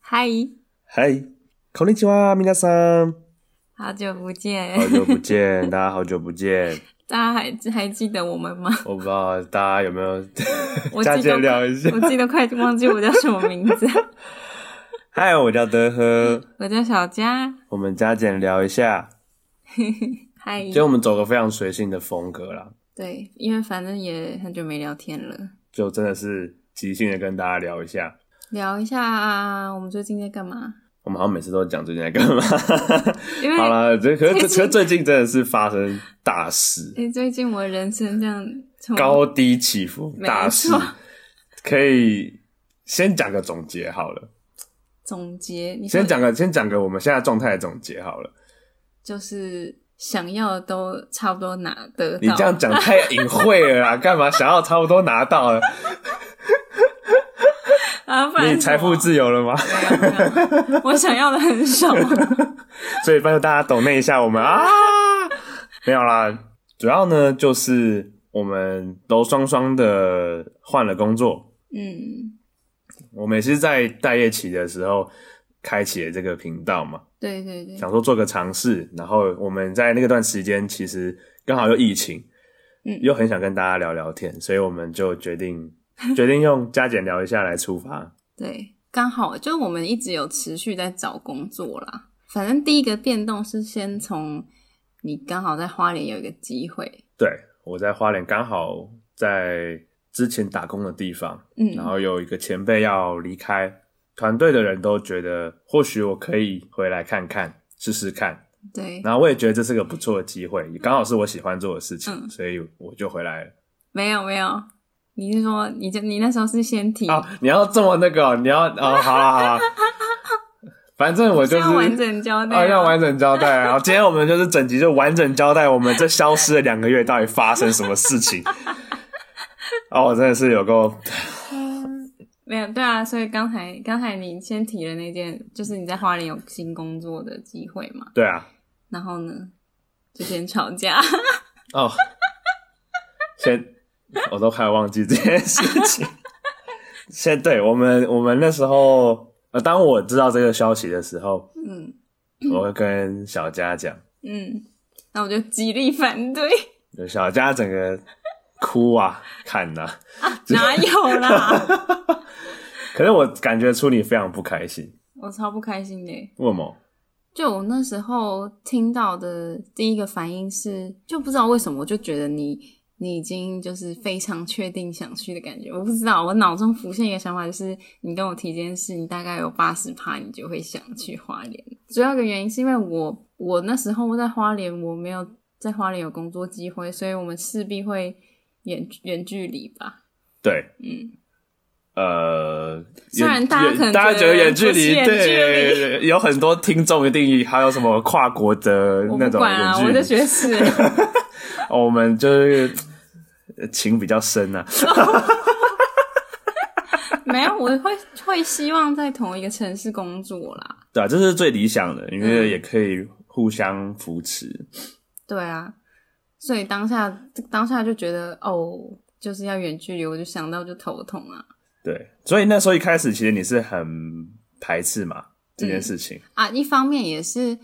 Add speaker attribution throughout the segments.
Speaker 1: 嗨，
Speaker 2: 嗨，こんにちは，皆さん，
Speaker 1: 好久不见
Speaker 2: 好，久不见，大家好久不见，
Speaker 1: 大家还还记得我们吗？
Speaker 2: 我不知道大家有 没有
Speaker 1: 我
Speaker 2: 加
Speaker 1: 记得
Speaker 2: 减聊一下
Speaker 1: 我。记得快忘记我叫什么名 字，
Speaker 2: 嗨，我叫德和，
Speaker 1: 我叫小佳。
Speaker 2: 我们加减聊一下。
Speaker 1: 嗨，
Speaker 2: 今天我们走个非常随性的风格啦，
Speaker 1: 对，因为反正也很久没聊天了，
Speaker 2: 就真的是即兴的跟大家聊一下。
Speaker 1: 聊一下、我们最近在干嘛？
Speaker 2: 我们好像每次都讲最近在干 嘛。
Speaker 1: 因为
Speaker 2: 好啦，这可
Speaker 1: 最
Speaker 2: 是
Speaker 1: 近
Speaker 2: 可是最近真的是发生大事，
Speaker 1: 诶最近我人生这样从
Speaker 2: 高低起伏，
Speaker 1: 没
Speaker 2: 大事
Speaker 1: 错。
Speaker 2: 可以先讲个总结好了，
Speaker 1: 总结，你
Speaker 2: 先
Speaker 1: 说
Speaker 2: 讲个先讲个我们现在状态的总结好了。
Speaker 1: 就是想要的都差不多拿得到。
Speaker 2: 你这样讲太隐晦了啦，干嘛想要差不多拿到了？
Speaker 1: 啊，不然
Speaker 2: 你财富
Speaker 1: 自
Speaker 2: 自由了吗？
Speaker 1: 我想要的很 少。
Speaker 2: 所以拜托大家抖那一下我们啊，没有啦，主要呢就是我们都双双的换了工作，
Speaker 1: 嗯，
Speaker 2: 我们也是在待业期的时候开启了这个频道嘛，
Speaker 1: 对对对，
Speaker 2: 想说做个尝试，然后我们在那个段时间其实刚好又疫情，
Speaker 1: 嗯
Speaker 2: 又很想跟大家聊聊天，所以我们就 决定决定用加减聊一下来出发。
Speaker 1: 对，刚好就我们一直有持续在找工作啦。反正第一个变动是先从你刚好在花莲有一个机会，
Speaker 2: 对，我在花莲刚好在之前打工的地方，
Speaker 1: 嗯，
Speaker 2: 然后有一个前辈要离开，团队的人都觉得或许我可以回来看看试试看，
Speaker 1: 对，
Speaker 2: 然后我也觉得这是个不错的机会，也刚好是我喜欢做的事情，
Speaker 1: 嗯
Speaker 2: 所以我就回来了。
Speaker 1: 没有没有，你是说你就你那时候是先提，
Speaker 2: 啊，你要这么那个哦，你要哦，好啦 好啦，反正我就是
Speaker 1: 要完整交代、
Speaker 2: 啊，要完整交代啊！好今天我们就是整集就完整交代我们这消失的两个月到底发生什么 事情。哦，我真的是有够
Speaker 1: 没有对啊，所以刚才刚才你先提了那件，就是你在花莲有新工作的机会嘛，
Speaker 2: 对啊，
Speaker 1: 然后呢就先吵架，
Speaker 2: 哦，先我都快忘记这件事 情。先对我们我们那时候，呃，当我知道这个消息的时候，
Speaker 1: 嗯
Speaker 2: 我会跟小佳讲，
Speaker 1: 嗯，那我就极力反 对，
Speaker 2: 就小佳整个哭啊，看呐、
Speaker 1: 哪有啦，
Speaker 2: 可是我感觉出你非常不开心，
Speaker 1: 我超不开心的耶。
Speaker 2: 为什么？
Speaker 1: 就我那时候听到的第一个反应是，就不知道为什么，我就觉得你你已经就是非常确定想去的感觉。我不知道，我脑中浮现一个想法，就是你跟我提这件事，你大概有八十趴，你就会想去花莲。主要的原因是因为我我那时候在花莲，我没有在花莲有工作机会，所以我们势必会远远距离吧。
Speaker 2: 对，
Speaker 1: 嗯，
Speaker 2: 呃，
Speaker 1: 虽然
Speaker 2: 远
Speaker 1: 大家
Speaker 2: 远
Speaker 1: 可能
Speaker 2: 大家
Speaker 1: 觉
Speaker 2: 觉得
Speaker 1: 得
Speaker 2: 远
Speaker 1: 不
Speaker 2: 距
Speaker 1: 是
Speaker 2: 离，
Speaker 1: 远距
Speaker 2: 对，有很多听众一定还有什么跨国的
Speaker 1: 我
Speaker 2: 那
Speaker 1: 不
Speaker 2: 种
Speaker 1: 管
Speaker 2: 远
Speaker 1: 啊，
Speaker 2: 距
Speaker 1: 我就
Speaker 2: 离，
Speaker 1: 觉得是。
Speaker 2: 哦我们就是呃情比较深啊。
Speaker 1: 没有，我会会希望在同一个城市工作啦。
Speaker 2: 对啊，这是最理想的，因
Speaker 1: 嗯
Speaker 2: 为也可以互相扶持。
Speaker 1: 对啊，所以当下当下就觉得哦，就是要远距离，我就想到就头痛啊
Speaker 2: 对，所以那时候一开始其实你是很排斥嘛这件事情，
Speaker 1: 啊！一方面也是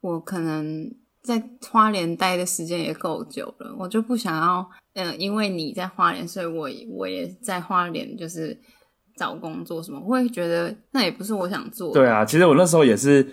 Speaker 1: 我可能在花莲待的时间也够久了，我就不想要呃，因为你在花莲，所以我也我也在花莲就是找工作什么，我会觉得那也不是我想做的。
Speaker 2: 对啊，其实我那时候也是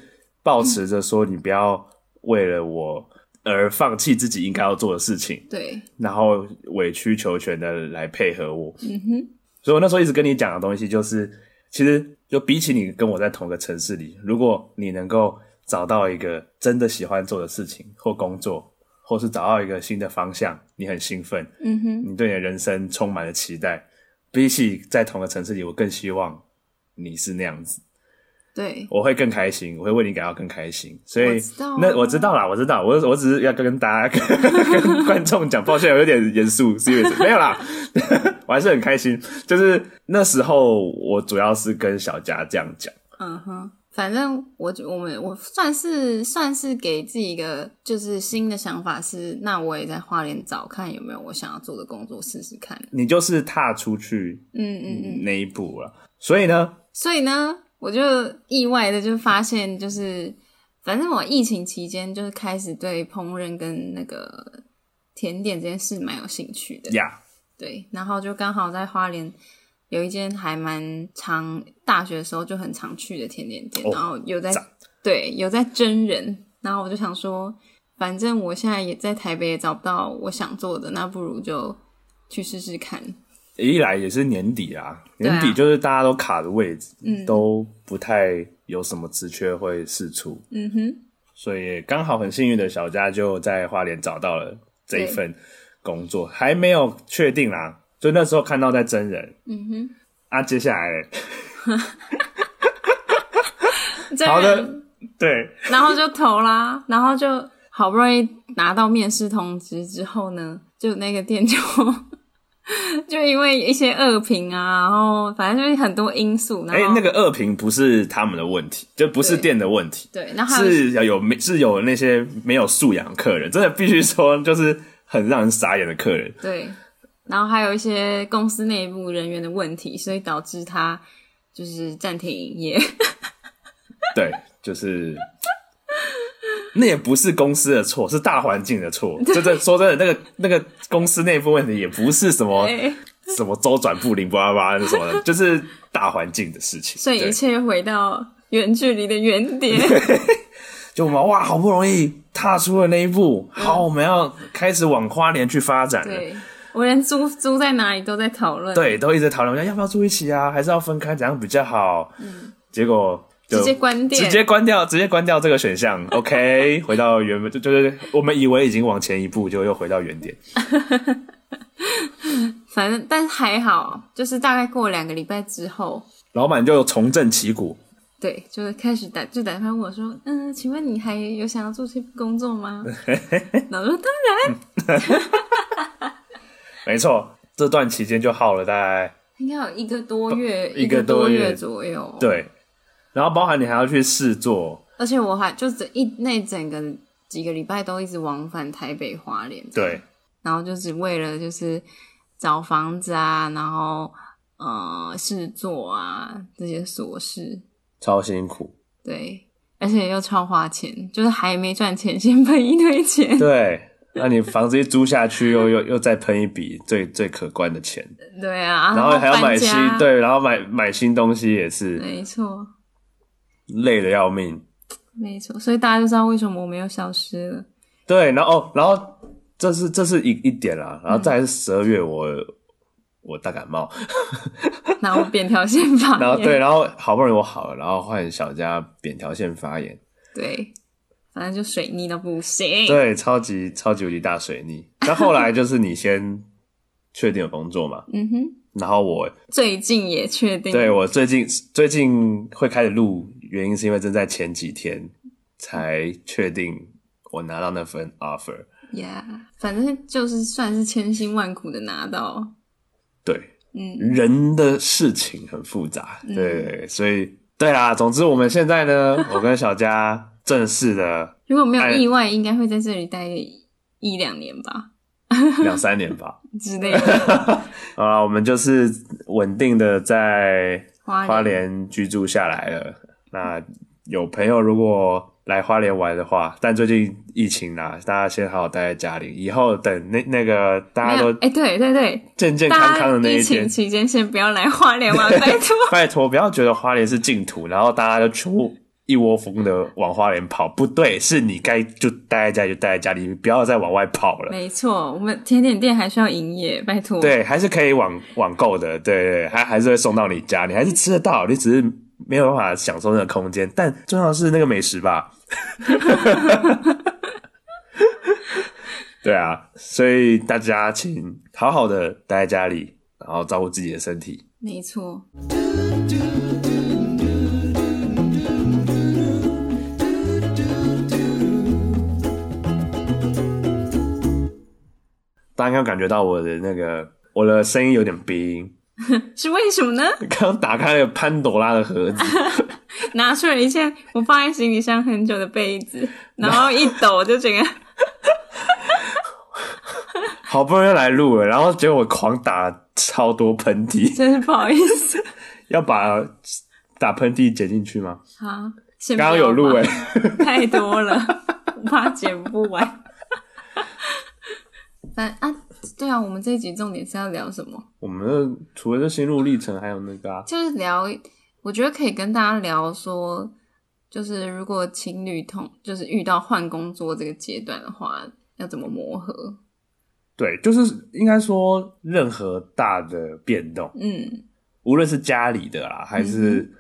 Speaker 2: 抱持着说，你不要为了我而放弃自己应该要做的事情，
Speaker 1: 对，
Speaker 2: 然后委曲求全的来配合我。
Speaker 1: 嗯哼，
Speaker 2: 所以我那时候一直跟你讲的东西就是，其实就比起你跟我在同个城市里，如果你能够找到一个真的喜欢做的事情或工作，或是找到一个新的方向，你很兴奋，
Speaker 1: 嗯哼。
Speaker 2: 你对你的人生充满了期待。比起在同个城市里，我更希望你是那样子，
Speaker 1: 对，
Speaker 2: 我会更开心，我会为你感到更开心。所
Speaker 1: 我
Speaker 2: 以
Speaker 1: 知道啊
Speaker 2: 那我知道啦，我知道，我我只是要跟大家 跟跟观众讲，抱歉，我有点严肃，serious，没有啦， 我还是很开心。就是那时候我主要是跟小佳这样讲，
Speaker 1: 嗯哼，反正我就我们我算是算是给自己一个就是新的想法是，那我也在花莲找看有没有我想要做的工作试试看。
Speaker 2: 你就是踏出去
Speaker 1: 嗯嗯嗯。
Speaker 2: 那一步了。所以呢，
Speaker 1: 所以呢，我就意外的就发现，就是反正我疫情期间就是开始对烹饪跟那个甜点这件事蛮有兴趣的。
Speaker 2: 呀、
Speaker 1: 对，然后就刚好在花莲有一间还蛮常大学的时候就很常去的甜点店，
Speaker 2: 哦
Speaker 1: 然后有在
Speaker 2: 赞
Speaker 1: 对有在真人，然后我就想说，反正我现在也在台北也找不到我想做的，那不如就去试试看。
Speaker 2: 一来也是年底啊，
Speaker 1: 对啊
Speaker 2: 年底就是大家都卡的位置，
Speaker 1: 嗯
Speaker 2: 都不太有什么职缺会释出，
Speaker 1: 嗯哼，
Speaker 2: 所以刚好很幸运的小佳就在花莲找到了这一份工作，还没有确定啦，就那时候看到在真人
Speaker 1: 嗯哼
Speaker 2: 啊，接下来嘞，
Speaker 1: 这
Speaker 2: 好的
Speaker 1: 样
Speaker 2: 对，
Speaker 1: 然后就投啦，然后就好不容易拿到面试通知之后呢，就那个店就 就因为一些恶评啊，然后反正就是很多因素，然
Speaker 2: 哎、
Speaker 1: 后、
Speaker 2: 那个恶评不是他们的问题，就不是
Speaker 1: 对
Speaker 2: 店的问题，
Speaker 1: 对，然后还有
Speaker 2: 是有有没是有那些没有素养的客人，真的必须说就是很让人傻眼的客人，
Speaker 1: 对，然后还有一些公司内部人员的问题，所以导致他就是暂停营业。
Speaker 2: 对，就是那也不是公司的错，是大环境的错。真的说真的，那个那个公司内部问题也不是什么
Speaker 1: 对，
Speaker 2: 什么周转不灵、巴拉巴拉什么的，就是大环境的事 情。
Speaker 1: 所以
Speaker 2: 对
Speaker 1: 一切回到远距离的原点。
Speaker 2: 就我们哇，好不容易踏出了那一步，好，我们要开始往花莲去发展了。
Speaker 1: 嗯对我连租租在哪里都在讨论，，
Speaker 2: 对，都一直讨论要不要住一起啊，还是要分开，怎样比较好？结果
Speaker 1: 嗯
Speaker 2: 就
Speaker 1: 直接关店，
Speaker 2: 直接关掉，直接关掉这个选项。OK，回 到原本就就是我们以为已经往前一步，就又回到原点。
Speaker 1: 反正但还好，就是大概过两个礼拜之后，
Speaker 2: 老板就重振旗鼓，
Speaker 1: 对，就是开始打就打电话问我说，嗯，请问你还有想要做这份工作 吗？然后我说当
Speaker 2: 嗯
Speaker 1: 然，
Speaker 2: 没错，这段期间就耗了大概
Speaker 1: 应该有一个多月，
Speaker 2: 一
Speaker 1: 一个
Speaker 2: 个多
Speaker 1: 多
Speaker 2: 月
Speaker 1: 月左右，
Speaker 2: 对，然后包含你还要去试做，
Speaker 1: 而且我还就整一那整个几个礼拜都一直往返台北花莲，，
Speaker 2: 对，
Speaker 1: 然后就只为了就是找房子啊，然后呃试做啊这些琐事，
Speaker 2: 超辛苦，
Speaker 1: 对，而且又超花钱，就是还没赚钱先喷一堆钱，
Speaker 2: 对。那你房子一租下去，又又又再喷一笔最最可观的钱，
Speaker 1: 对啊，
Speaker 2: 然后还要买新
Speaker 1: 搬家，
Speaker 2: 对，然后买买新东西也是
Speaker 1: 没错
Speaker 2: 累的要命，
Speaker 1: 没错，所以大家就知道为什么我没有消失 了，
Speaker 2: 对，然后哦，然后这是这是一一点啦，
Speaker 1: 嗯
Speaker 2: 然后再来是十二月我、我大感冒，
Speaker 1: 然后扁条线发炎，
Speaker 2: 然后对，然后好不容易我好了，然后换小家扁桃腺发炎，
Speaker 1: 对反正就水逆到不行，
Speaker 2: 对，超级超级无敌大水逆。但后来就是你先确定有工作嘛，
Speaker 1: 嗯哼。嗯
Speaker 2: 然后我
Speaker 1: 最近也确定，
Speaker 2: 对我最近最近会开始录，原因是因为正在前几天才确定我拿到那份 offer，
Speaker 1: 呀反正就是算是千辛万苦的拿到，
Speaker 2: 对，
Speaker 1: 嗯，
Speaker 2: 人的事情很复杂，对对对，所以对啦，总之我们现在呢， 我跟小佳正式的
Speaker 1: 如果没
Speaker 2: 哎
Speaker 1: 有意外，应该会在这里待一两年吧
Speaker 2: 两三年 吧，
Speaker 1: 之类的。
Speaker 2: 啊，我们就是稳定的在
Speaker 1: 花
Speaker 2: 花莲居住下来了。那有朋友如果来花莲玩的话，但最近疫情啦、大家先好好待在家里，以后等那那个大家
Speaker 1: 没有
Speaker 2: 都
Speaker 1: 哎、对对对，
Speaker 2: 健健康
Speaker 1: 大
Speaker 2: 康的
Speaker 1: 家
Speaker 2: 那
Speaker 1: 疫
Speaker 2: 一天
Speaker 1: 情，期间先不要来花莲 玩，拜托。
Speaker 2: 拜托不要觉得花莲是净土，然后大家就全部一窝蜂的往花莲跑，不对，是你该就待在家里就待在家里，不要再往外跑了。
Speaker 1: 没错，我们甜点店还需要营业，拜托。，
Speaker 2: 对，还是可以网网购的，对对对，还还是会送到你家，你还是吃得到，你只是没有办法享受那个空间。但重要的是那个美食吧。 对啊，所以大家请好好的待在家里，然后照顾自己的身体。
Speaker 1: 没错。
Speaker 2: 大家应该感觉到我的那个我的声音有点鼻音，
Speaker 1: 是为什么呢？
Speaker 2: 刚打开了潘朵拉的盒子，
Speaker 1: 拿出了一件我放在行李箱很久的被子，然后一抖就整个 ，
Speaker 2: 好不容易来录了，然后结果我狂打超多喷嚏
Speaker 1: 真是不好意思。
Speaker 2: 要把打喷嚏剪进去吗？
Speaker 1: 好，先
Speaker 2: 刚刚有录
Speaker 1: 录
Speaker 2: 哎、
Speaker 1: 太多了，我怕剪不完。 反啊，对啊，我们这一集重点是要聊什么？
Speaker 2: 我们的除了这心路历程，还有那个啊，
Speaker 1: 就是聊，我觉得可以跟大家聊说，就是如果情侣同就是遇到换工作这个阶段的话，要怎么磨合？
Speaker 2: 对，就是应该说任何大的变动，
Speaker 1: 嗯
Speaker 2: 无论是家里的啦，还是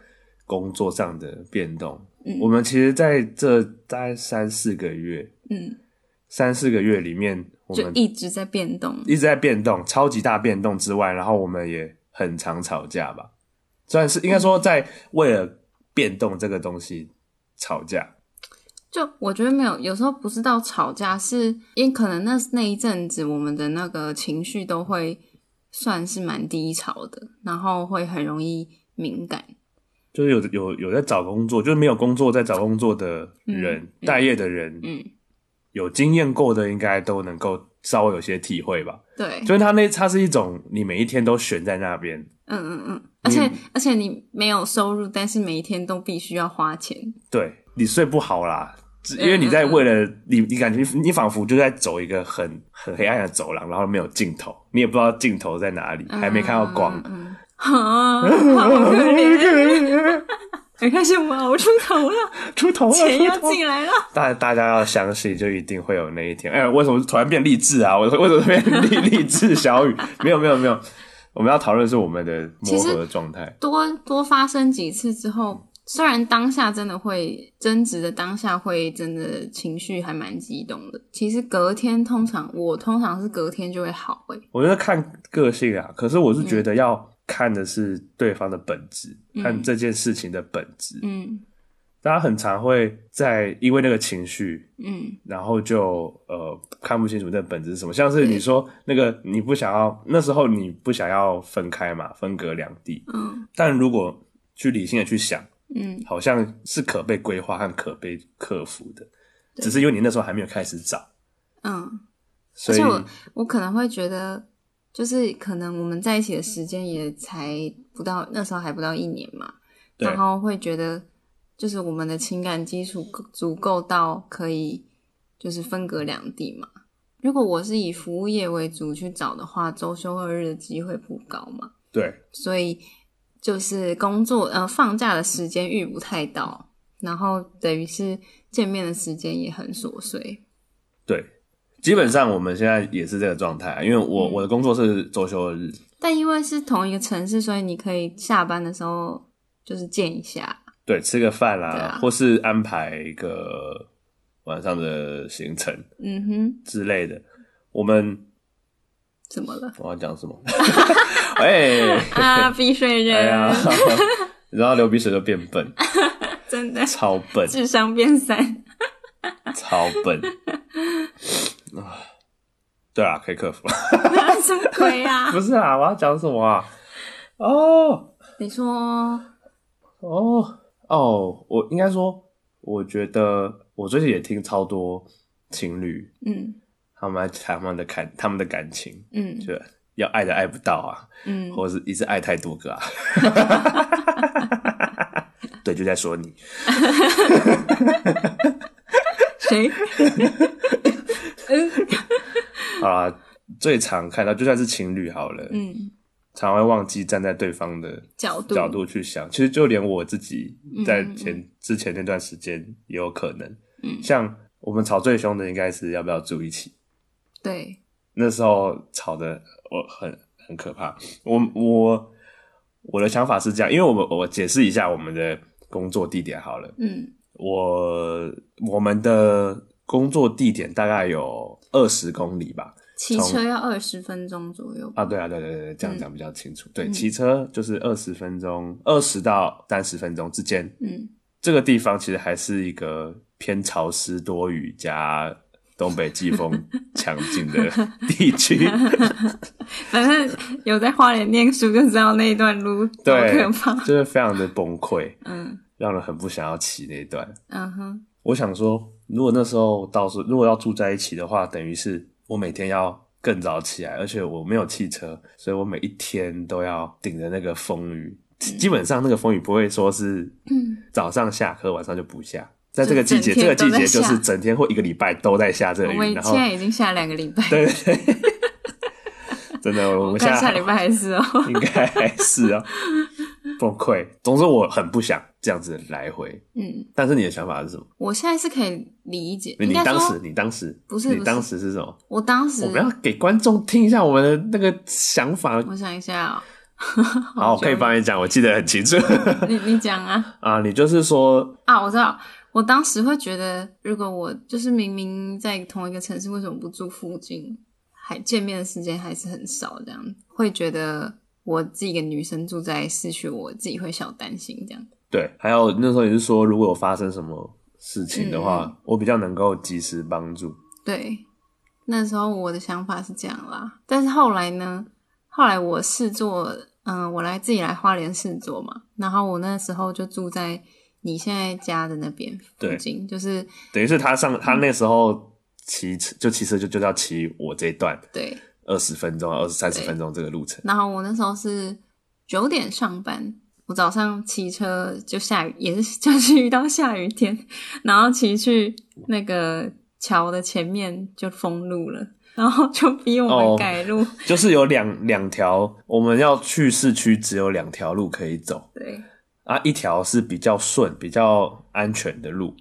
Speaker 2: 工作上的变动，
Speaker 1: 嗯
Speaker 2: 我们其实在这大概三四个月，
Speaker 1: 嗯，
Speaker 2: 三四个月里面，我
Speaker 1: 就
Speaker 2: 们
Speaker 1: 一直在变动。
Speaker 2: 一直在变动，超级大变动之外，然后我们也很常吵架吧。虽然是应该说在为了变动这个东西吵架，
Speaker 1: 就我觉得没有，有时候不是到吵架，是因为可能那那一阵子我们的那个情绪都会算是蛮低潮的，然后会很容易敏感。
Speaker 2: 就是有有有在找工作，就是没有工作在找工作的人，
Speaker 1: 嗯嗯
Speaker 2: 待业的人，
Speaker 1: 嗯，
Speaker 2: 有经验过的应该都能够稍微有些体会吧。
Speaker 1: 对，
Speaker 2: 就是他那它是一种你每一天都悬在那边，
Speaker 1: 嗯嗯嗯，而且而且你没有收入，但是每一天都必须要花钱。
Speaker 2: 对你睡不好啦，只
Speaker 1: 嗯
Speaker 2: 因为你在为了你，你感觉你仿佛就在走一个很很黑暗的走廊，然后没有尽头，你也不知道尽头在哪里，还没看到光。
Speaker 1: 嗯， 嗯嗯好好可怜，啊很开心我熬出 头了，
Speaker 2: 出头了，
Speaker 1: 嗯啊钱要
Speaker 2: 出头了！
Speaker 1: 进来了。
Speaker 2: 大大家要相信，就一定会有那一天。哎、为什么突然变励志啊？我为什么变励励志小 雨？没有没有没有，我们要讨论是我们的
Speaker 1: 其
Speaker 2: 磨
Speaker 1: 实
Speaker 2: 合的状态。
Speaker 1: 多多发生几次之后，虽然当下真的会争执的当下会真的情绪还蛮激动的，其实隔天通常我通常是隔天就会好欸诶、
Speaker 2: 我觉得看个性啊，可是我是觉得要看的是对方的本质，
Speaker 1: 嗯
Speaker 2: 看这件事情的本质。
Speaker 1: 嗯
Speaker 2: 大家很常会在因为那个情绪，
Speaker 1: 嗯
Speaker 2: 然后就呃看不清楚那本质是什么。像是你说那个你不想要，那时候你不想要分开嘛，分隔两地。
Speaker 1: 嗯
Speaker 2: 但如果去理性的去想，
Speaker 1: 嗯，
Speaker 2: 好像是可被规划和可被克服的，
Speaker 1: 对
Speaker 2: 只是因为你那时候还没有开始找，
Speaker 1: 嗯，
Speaker 2: 所以
Speaker 1: 而且我我可能会觉得，就是可能我们在一起的时间也才不到，那时候还不到一年嘛，
Speaker 2: 对
Speaker 1: 然后会觉得，就是我们的情感基础够足够到可以就是分隔两地嘛。如果我是以服务业为主去找的话，周休二日的机会不高嘛，
Speaker 2: 对
Speaker 1: 所以就是工作呃放假的时间遇不太到，然后等于是见面的时间也很琐碎。
Speaker 2: 对，基本上我们现在也是这个状态，啊因为我、
Speaker 1: 嗯
Speaker 2: 我的工作是周休日，
Speaker 1: 但因为是同一个城市，所以你可以下班的时候就是见一下。
Speaker 2: 对，吃个饭啦、
Speaker 1: 对啊
Speaker 2: 或是安排一个晚上的行程
Speaker 1: 嗯哼，
Speaker 2: 之类的。我们
Speaker 1: 怎么 了？
Speaker 2: 我要讲 什么？哎、
Speaker 1: 啊，避税人，
Speaker 2: 哎呀，然后流鼻水就变 笨，
Speaker 1: 真的
Speaker 2: 超 笨，
Speaker 1: 智商变三。
Speaker 2: 超笨。啊对啊，可以克服。
Speaker 1: 什么鬼啊？
Speaker 2: 不是啊，我要讲什么啊？哦
Speaker 1: 你说，
Speaker 2: 哦哦，我应该说，我觉得我最近也听超多情侣
Speaker 1: 嗯
Speaker 2: 他们在谈他们的感他们的感情，
Speaker 1: 嗯
Speaker 2: 就要爱的爱不到啊，
Speaker 1: 嗯，
Speaker 2: 或者是一直爱太多 个啊。 对，就在说你，
Speaker 1: 谁？嗯
Speaker 2: 好啦，啊最常看到就算是情侣好了，
Speaker 1: 嗯，
Speaker 2: 常会忘记站在对方的
Speaker 1: 角度
Speaker 2: 角度去想。其实就连我自己在
Speaker 1: 嗯嗯
Speaker 2: 前、之前那段时间也有可能，
Speaker 1: 嗯
Speaker 2: 像我们吵最凶的应该是要不要住一起，
Speaker 1: 对，
Speaker 2: 那时候吵的我很很可怕。我我我的想法是这样，因为我们我解释一下我们的工作地点好了。
Speaker 1: 嗯
Speaker 2: 我我们的工作地点大概有二十公里吧。
Speaker 1: 骑车要二十分钟左右吧。
Speaker 2: 啊，对啊，对对对，这样讲比较清楚。对，
Speaker 1: 嗯
Speaker 2: 骑车就是二十分钟，二十到三十分钟之间。
Speaker 1: 嗯，
Speaker 2: 这个地方其实还是一个偏潮湿多雨加东北季风强劲的地 区。
Speaker 1: 反正有在花莲念书就知道那一段路好
Speaker 2: 对
Speaker 1: 可怕。，
Speaker 2: 就是非常的崩溃，
Speaker 1: 嗯
Speaker 2: 让人很不想要骑那一段。
Speaker 1: 嗯哼，
Speaker 2: 我想说，如果那时候到时候如果要住在一起的话，等于是我每天要更早起来，而且我没有汽车，所以我每一天都要顶着那个风雨基本上那个风雨不会说是早上下课，晚上就不下。在这个季节，
Speaker 1: 嗯就
Speaker 2: 这
Speaker 1: 整
Speaker 2: 个
Speaker 1: 天
Speaker 2: 季
Speaker 1: 都在下
Speaker 2: 节就是整天或一个礼拜都在下这个
Speaker 1: 我们
Speaker 2: 雨，然
Speaker 1: 现
Speaker 2: 后
Speaker 1: 在已经下两个礼拜，
Speaker 2: 对对对，真的，我
Speaker 1: 我
Speaker 2: 们
Speaker 1: 看
Speaker 2: 下
Speaker 1: 下礼拜还是哦。
Speaker 2: 应该还是啊，崩溃。总之，我很不想这样子来回。
Speaker 1: 嗯，
Speaker 2: 但是你的想法是什么？
Speaker 1: 我现在是可以理解，
Speaker 2: 你
Speaker 1: 应
Speaker 2: 你
Speaker 1: 该
Speaker 2: 当
Speaker 1: 说
Speaker 2: 时，你当时
Speaker 1: 不是不
Speaker 2: 你
Speaker 1: 是
Speaker 2: 当时是什么？
Speaker 1: 我当时
Speaker 2: 我，们要给观众听一下我们的那个想法。
Speaker 1: 我想一下哦，
Speaker 2: 好，我可以帮你讲，我记得很清楚
Speaker 1: 你你讲啊。
Speaker 2: 啊。你就是说，
Speaker 1: 啊，我知道，我当时会觉得，如果我就是明明在同一个城市，为什么不住附近，还见面的时间还是很少，这样会觉得我自己一个女生住在市区，我自己会小担心这样。
Speaker 2: 对，还有那时候也是说，如果有发生什么事情的
Speaker 1: 嗯
Speaker 2: 话，我比较能够及时帮助。
Speaker 1: 对，那时候我的想法是这样啦，但是后来呢，后来我试做，嗯、我来自己来花莲试做嘛，然后我那时候就住在你现在家的那边附
Speaker 2: 对
Speaker 1: 近，就是
Speaker 2: 等于是他上他那时候骑车就骑车就就要骑我这一段
Speaker 1: 对。
Speaker 2: 二十分钟啊二十三十分钟这个路程。
Speaker 1: 然后我那时候是九点上班，我早上骑车就下雨，也是就是遇到下雨天，然后骑去那个桥的前面就封路了，然后就逼我
Speaker 2: 哦
Speaker 1: 们改路。
Speaker 2: 就是有两两条，我们要去市区只有两条路可以走
Speaker 1: 对，
Speaker 2: 啊，一条是比较顺、比较安全的路，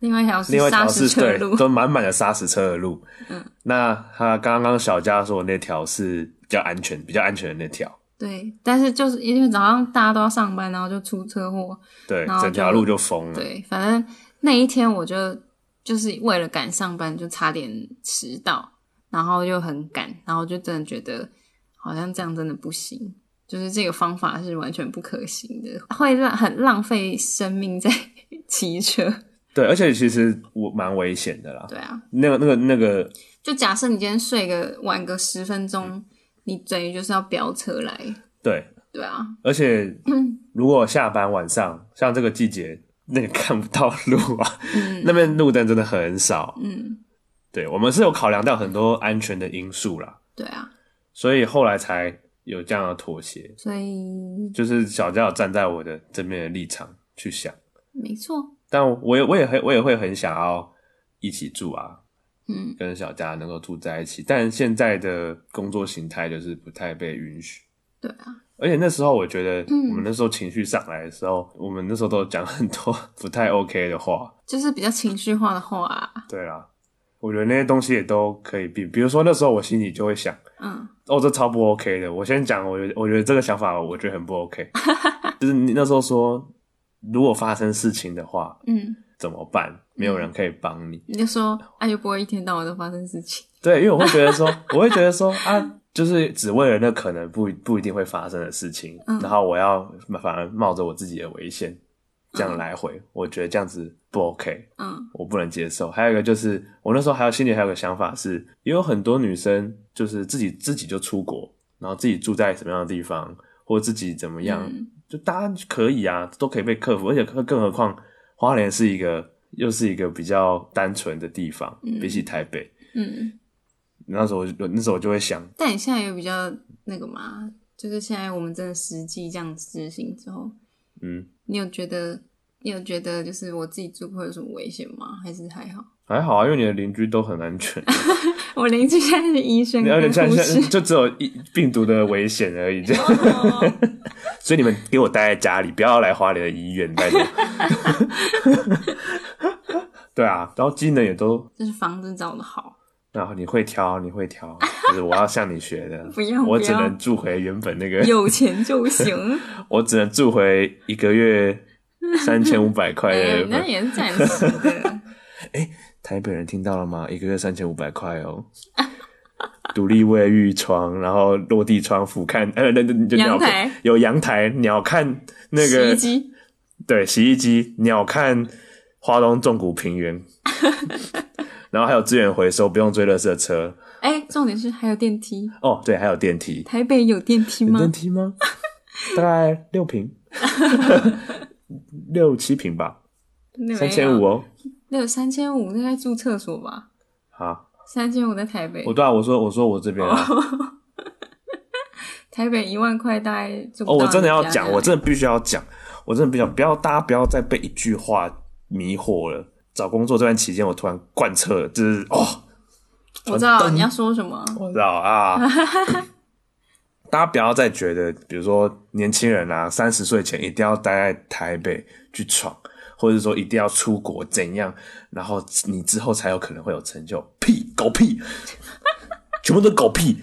Speaker 1: 另外一条是
Speaker 2: 另外一
Speaker 1: 砂
Speaker 2: 条
Speaker 1: 石
Speaker 2: 是
Speaker 1: 车
Speaker 2: 对
Speaker 1: 路，，
Speaker 2: 都满满的砂石车的路。
Speaker 1: 嗯，
Speaker 2: 那他刚刚小佳说的那条是比较安全、比较安全的那条，
Speaker 1: 对。但是就是因为早上大家都要上班，然后就出车祸，
Speaker 2: 对，
Speaker 1: 然后
Speaker 2: 整条
Speaker 1: 就
Speaker 2: 路就封了。
Speaker 1: 对，反正那一天我就就是为了赶上班，就差点迟到，然后又很赶，然后就真的觉得好像这样真的不行，就是这个方法是完全不可行的，会让很浪费生命在 骑车。
Speaker 2: 对，而且其实我蛮危险的啦。
Speaker 1: 对啊，
Speaker 2: 那个、那个、那个，
Speaker 1: 就假设你今天睡个晚个十分钟，你等于就是要飙车来。
Speaker 2: 对，
Speaker 1: 对啊，
Speaker 2: 而且如果下班晚上，像这个季节，那个 看不到路啊，那边路灯真的很少。
Speaker 1: 嗯，
Speaker 2: 对，我们是有考量到很多安全的因素啦，
Speaker 1: 对啊，
Speaker 2: 所以后来才有这样的妥协。
Speaker 1: 所以
Speaker 2: 就是小佳有站在我的这边的立场去想，
Speaker 1: 没错，
Speaker 2: 但我也我也很我也会很想要一起住啊，
Speaker 1: 嗯，
Speaker 2: 跟小佳能够住在一起。但现在的工作形态就是不太被允许。
Speaker 1: 对啊，
Speaker 2: 而且那时候我觉得，
Speaker 1: 嗯
Speaker 2: 我们那时候情绪上来的时候，我们那时候都讲很多 不太 OK 的话。
Speaker 1: 就是比较情绪化的话啊、
Speaker 2: 对啦，我觉得那些东西也都可以避。比如说那时候我心里就会想，
Speaker 1: 嗯，
Speaker 2: 哦，这超不 OK 的。我先讲，我觉得我觉得这个想法我觉得很 不 OK，就是你那时候说，如果发生事情的话
Speaker 1: 嗯，
Speaker 2: 怎么办？没有人可以帮你。
Speaker 1: 你就说，哎、又不会一天到晚都发生事情。
Speaker 2: 对，因为我会觉得说，我会觉得说啊，就是只为了那可能不不一定会发生的事情，
Speaker 1: 嗯
Speaker 2: 然后我要反而冒着我自己的危险这样来回，我觉得这样子不 OK，
Speaker 1: 嗯
Speaker 2: 我不能接受。还有一个就是，我那时候还有心里还有个想法是，也有很多女生就是自己自己就出国，然后自己住在什么样的地方，或者自己怎么样，
Speaker 1: 嗯
Speaker 2: 就大家可以啊，都可以被克服，而且更更何况花莲是一个又是一个比较单纯的地方，
Speaker 1: 嗯
Speaker 2: 比起台北。
Speaker 1: 嗯，
Speaker 2: 那时候我就那时候我就会想，
Speaker 1: 但你现在有比较那个嘛？就是现在我们真的实际这样执行之后，
Speaker 2: 嗯，
Speaker 1: 你有觉得你有觉得就是我自己住会有什么危险吗？还是还好？
Speaker 2: 还好啊，因为你的邻居都很安 全，
Speaker 1: 我邻居现在是医生
Speaker 2: 而
Speaker 1: 跟
Speaker 2: 且像
Speaker 1: 护
Speaker 2: 像
Speaker 1: 士。
Speaker 2: 就只有一病毒的危险而已，这 样。所以你们给我待在家里，不要来花莲的医院，拜托。 对啊，然后技能也都，
Speaker 1: 就是房子找的 好，
Speaker 2: 然后你会挑，你会挑，就是我要向你学的。
Speaker 1: 不要
Speaker 2: 我
Speaker 1: 不
Speaker 2: 只
Speaker 1: 要
Speaker 2: 能住回原本那个，
Speaker 1: 有钱就行。
Speaker 2: 我只能住回一个月三千五百块
Speaker 1: 哎、
Speaker 2: 的
Speaker 1: 欸，
Speaker 2: 原
Speaker 1: 那
Speaker 2: 本。
Speaker 1: 也是暂时的。
Speaker 2: 台北人听到了吗？一个月三千五百块哦， 独立卫浴床，然后落地窗俯瞰，呃，那那那就鸟
Speaker 1: 阳台
Speaker 2: 有阳台，鸟瞰 那
Speaker 1: 洗衣
Speaker 2: 个
Speaker 1: 机
Speaker 2: 对洗衣机，鸟瞰花东纵谷 平原，然后还有资源回收，不用追垃圾车。
Speaker 1: 哎、重点是还有电梯。
Speaker 2: 哦，对，还有电梯，
Speaker 1: 台北有电梯
Speaker 2: 有
Speaker 1: 吗？
Speaker 2: 电梯 吗？大概六平，六七平吧，
Speaker 1: 那没
Speaker 2: 三
Speaker 1: 有
Speaker 2: 千五，哦。
Speaker 1: 那有三千五，那该住厕所吧？
Speaker 2: 好，
Speaker 1: 三千五在台北
Speaker 2: 我，对啊，我说我说我这边啊，
Speaker 1: 台北一万块大概就
Speaker 2: 哦，我真的要讲，我
Speaker 1: 这
Speaker 2: 真的必须要讲，我真的必须要不要大家不要再被一句话迷惑了。找工作这段期间，我突然贯彻了，就是哦，
Speaker 1: 我知道你要说什么，
Speaker 2: 我知道啊， 大家不要再觉得，比如说年轻人啊，三十岁前一定要待在台北去闯，或者说一定要出国怎样，然后你之后才有可能会有成就。屁狗屁，全部都狗屁！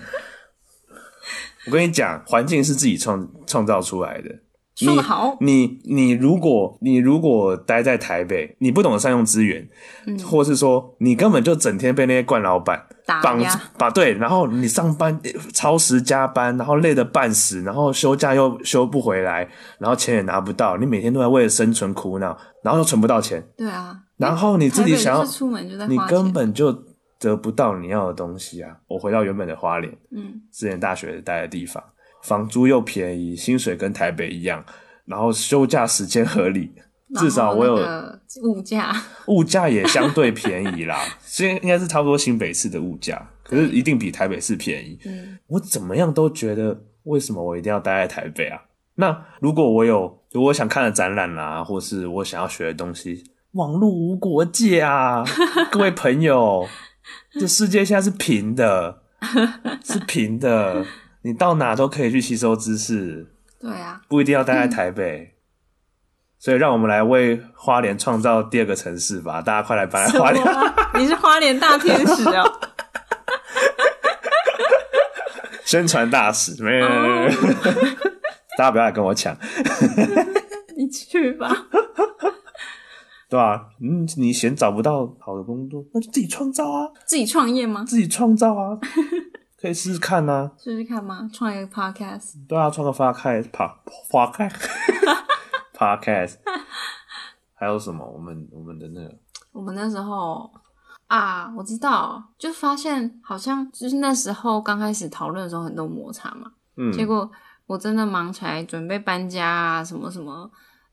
Speaker 2: 我跟你讲，环境是自己创创造出来的。
Speaker 1: 说得好，
Speaker 2: 你你如果你如果待在台北，你不懂得善用资源，
Speaker 1: 嗯
Speaker 2: 或是说你根本就整天被那些惯老板
Speaker 1: 打
Speaker 2: 绑
Speaker 1: 压
Speaker 2: 把对，然后你上班呃超时加班，然后累得半死，然后休假又休不回来，然后钱也拿不到，你每天都在为了生存苦恼，然后又存不到钱，
Speaker 1: 对啊，
Speaker 2: 然后你自己想
Speaker 1: 台
Speaker 2: 要
Speaker 1: 北就是出门就在花
Speaker 2: 你
Speaker 1: 钱，
Speaker 2: 根本就得不到你要的东西啊！我回到原本的花莲，
Speaker 1: 嗯，
Speaker 2: 之前大学待的地方，房租又便宜，薪水跟台北一样，然后休假时间合理，至少我有
Speaker 1: 然后那个物 价，
Speaker 2: 物价也相对便宜啦， 所以应该是差不多新北市的物价，可是一定比台北市便宜。
Speaker 1: 嗯，
Speaker 2: 我怎么样都觉得，为什么我一定要待在台北啊？那如果我有有我想看的展览啦、或是我想要学的东西，网络无国界啊， 各位朋友，这世界现在是平的，是平的，你到哪都可以去吸收知识，
Speaker 1: 对啊，
Speaker 2: 不一定要待在台北。所以，让我们来为花莲创造第二个城市吧！大家快来搬来
Speaker 1: 什
Speaker 2: 哎花莲，
Speaker 1: 么？ 你是花莲大天使啊？
Speaker 2: 宣传大使，没有没有没有没有
Speaker 1: 哦
Speaker 2: 大家不要来跟我抢。
Speaker 1: 你去吧，
Speaker 2: 对吧、嗯，你嫌找不到好的工作，那就自己创造啊，
Speaker 1: 自己创业吗？
Speaker 2: 自己创造啊，可以试试看啊。
Speaker 1: 试试看吗？创一个 podcast，
Speaker 2: 对啊，创个发开爬花开 podcast，还有什么？我们我们的那个
Speaker 1: 我们那时候啊，我知道，就发现好像就是那时候刚开始讨论的时候很多摩擦嘛，结
Speaker 2: 嗯，
Speaker 1: 果我真的忙起来，准备搬家啊，什么什么，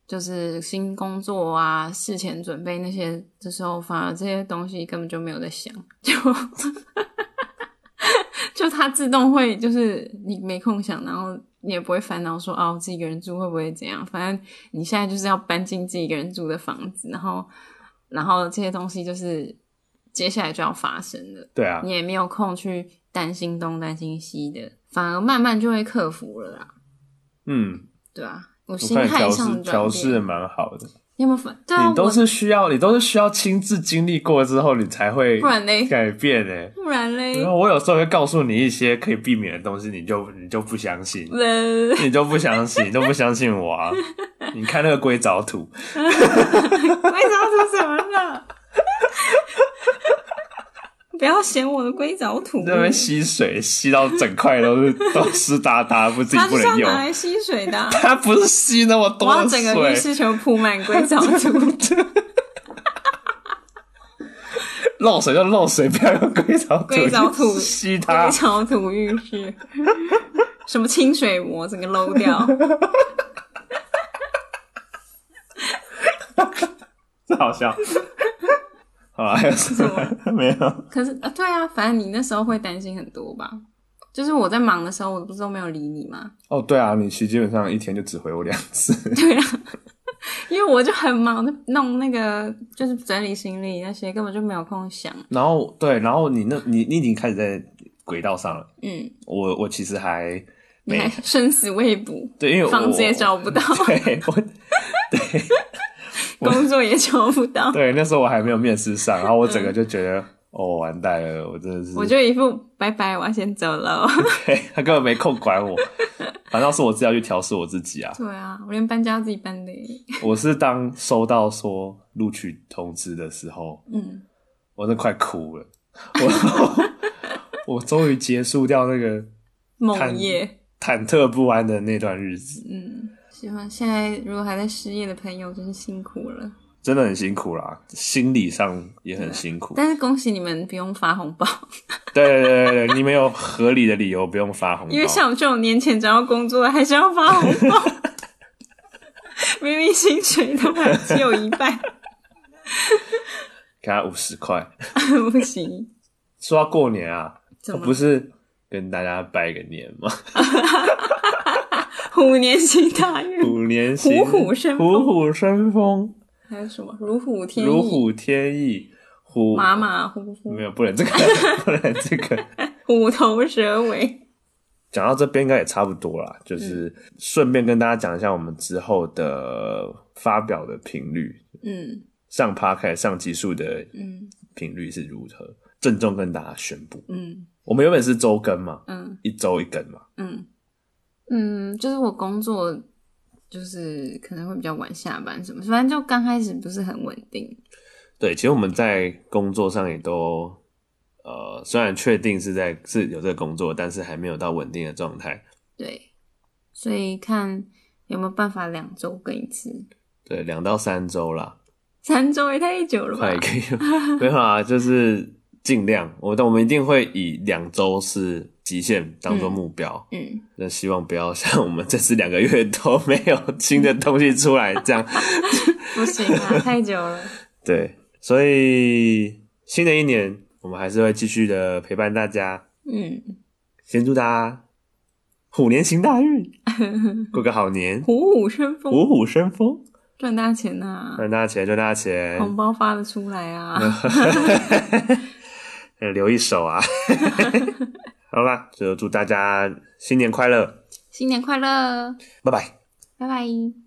Speaker 1: 就是新工作啊，事前准备那些的时候，反而这些东西根本就没有在想，就 就它自动会就是你没空想，然后你也不会烦恼说啊，我自己一个人住会不会怎样？反正你现在就是要搬进自己一个人住的房子，然后然后这些东西就是接下来就要发生的。
Speaker 2: 对啊
Speaker 1: 你，也没有空去担心东担心西的，反而慢慢就会克服了啦，
Speaker 2: 嗯，
Speaker 1: 对啊，我
Speaker 2: 我
Speaker 1: 心
Speaker 2: 看你
Speaker 1: 态
Speaker 2: 调
Speaker 1: 上的
Speaker 2: 试
Speaker 1: 转
Speaker 2: 调
Speaker 1: 变
Speaker 2: 试得蛮好的，
Speaker 1: 你有没有发？对啊，
Speaker 2: 你都
Speaker 1: 我
Speaker 2: 是需要你都是需要亲自经历过之后，你才会
Speaker 1: 不然嘞
Speaker 2: 改变诶、
Speaker 1: 不然嘞
Speaker 2: 然，后我有时候会告诉你一些可以避免的东西，你就你就不相信，
Speaker 1: 呃，
Speaker 2: 你都不相信，你都不相信我啊！你看那个硅藻土，
Speaker 1: 龟藻土什么了？ 不要嫌我的硅藻土，
Speaker 2: 那边吸水吸到整块都是都湿哒哒，不自己
Speaker 1: 它
Speaker 2: 不
Speaker 1: 就是要
Speaker 2: 能用
Speaker 1: 拿。来吸水的啊、
Speaker 2: 它不是吸那么
Speaker 1: 我
Speaker 2: 多
Speaker 1: 要
Speaker 2: 的
Speaker 1: 整个浴
Speaker 2: 水，
Speaker 1: 室全部铺满硅 藻土，
Speaker 2: 漏水就漏水，不要用硅藻土。
Speaker 1: 硅藻土
Speaker 2: 吸它
Speaker 1: 硅，藻土浴室，什么清水膜整个漏掉，
Speaker 2: 这好笑。好了，还有什么？ 没有。
Speaker 1: 可是啊，对啊，反正你那时候会担心很多吧？就是我在忙的时候，我不是都没有理你吗？
Speaker 2: 哦，对啊，你其实基本上一天就只回我两次。
Speaker 1: 对啊，因为我就很忙，就弄那个就是整理行李那些，根本就没有空想。
Speaker 2: 然后对，然后你那你你已经开始在轨道上了。
Speaker 1: 嗯，
Speaker 2: 我我其实还
Speaker 1: 你还
Speaker 2: 没
Speaker 1: 生死未卜，
Speaker 2: 对，因为我
Speaker 1: 房子也找不到，
Speaker 2: 对我我
Speaker 1: 工作也找不到，
Speaker 2: 对，那时候我还没有面试上，然后我整个就觉得，哦，完蛋了，我真的是，
Speaker 1: 我就一副拜拜，我要先走了。
Speaker 2: 对 他根本没空管我，反倒是我自己要去调试我自己啊。
Speaker 1: 对啊，我连搬家自己搬的耶，
Speaker 2: 我是当收到说录取通知的时候，
Speaker 1: 嗯，
Speaker 2: 我都快哭了，我我 终于结束掉那个
Speaker 1: 梦夜。
Speaker 2: 忐忑不安的那段日子，
Speaker 1: 嗯，希望现在如果还在失业的朋友，真是辛苦了。
Speaker 2: 真的很辛苦啦，心理上也很辛苦。
Speaker 1: 但是恭喜你们不用发红包。
Speaker 2: 对对对对对，你们有合理的理由不用发红包，
Speaker 1: 因为像我这种年前找到工作的，还是要发红包， 明明薪水都还只有一半，
Speaker 2: 给他五十块。
Speaker 1: 不行，
Speaker 2: 说到过年啊，
Speaker 1: 怎么？
Speaker 2: 不是跟大家拜个年嘛，
Speaker 1: 虎年行大运，
Speaker 2: 虎年行
Speaker 1: 虎虎生
Speaker 2: 虎
Speaker 1: 风
Speaker 2: 虎生风，
Speaker 1: 还有什么如虎添翼、
Speaker 2: 如虎添翼，虎
Speaker 1: 马马虎虎
Speaker 2: 没、有不能这个， 不能这个。
Speaker 1: 虎头蛇尾。
Speaker 2: 讲到这边应该也差不多啦，就是顺便跟大家讲一下我们之后的发表的频率，
Speaker 1: 嗯
Speaker 2: 上 p 开上集数的
Speaker 1: 嗯
Speaker 2: 频率是如何，郑重跟大家宣布，
Speaker 1: 嗯
Speaker 2: 我们原本是周更嘛，
Speaker 1: 嗯
Speaker 2: 一周一更嘛，
Speaker 1: 嗯嗯，就是我工作就是可能会比较晚下班什么，反正就刚开始不是很稳定。
Speaker 2: 对，其实我们在工作上也都，呃，虽然确定是在是有这个工作，但是还没有到稳定的状态。
Speaker 1: 对，所以看有没有办法两周更一次，
Speaker 2: 对，两到三周啦，
Speaker 1: 三周也太久了吧
Speaker 2: 快？可以，没有啦，就是尽量，我但我们一定会以两周是极限当做目标。
Speaker 1: 嗯，
Speaker 2: 那希望不要像我们这次两个月都没有新的东西出来这样。
Speaker 1: 不行啊，太久了。
Speaker 2: 对，所以新的一年我们还是会继续的陪伴大家。
Speaker 1: 嗯，
Speaker 2: 先祝大家虎年行大运，过个好年，
Speaker 1: 虎虎生风，
Speaker 2: 虎虎生风，
Speaker 1: 赚大钱呐、
Speaker 2: 赚大钱，赚大钱，
Speaker 1: 红包发得出来 啊！
Speaker 2: 呃留一手啊！ 好啦，就祝大家新年快乐，
Speaker 1: 新年快乐，
Speaker 2: 拜拜。
Speaker 1: 拜拜。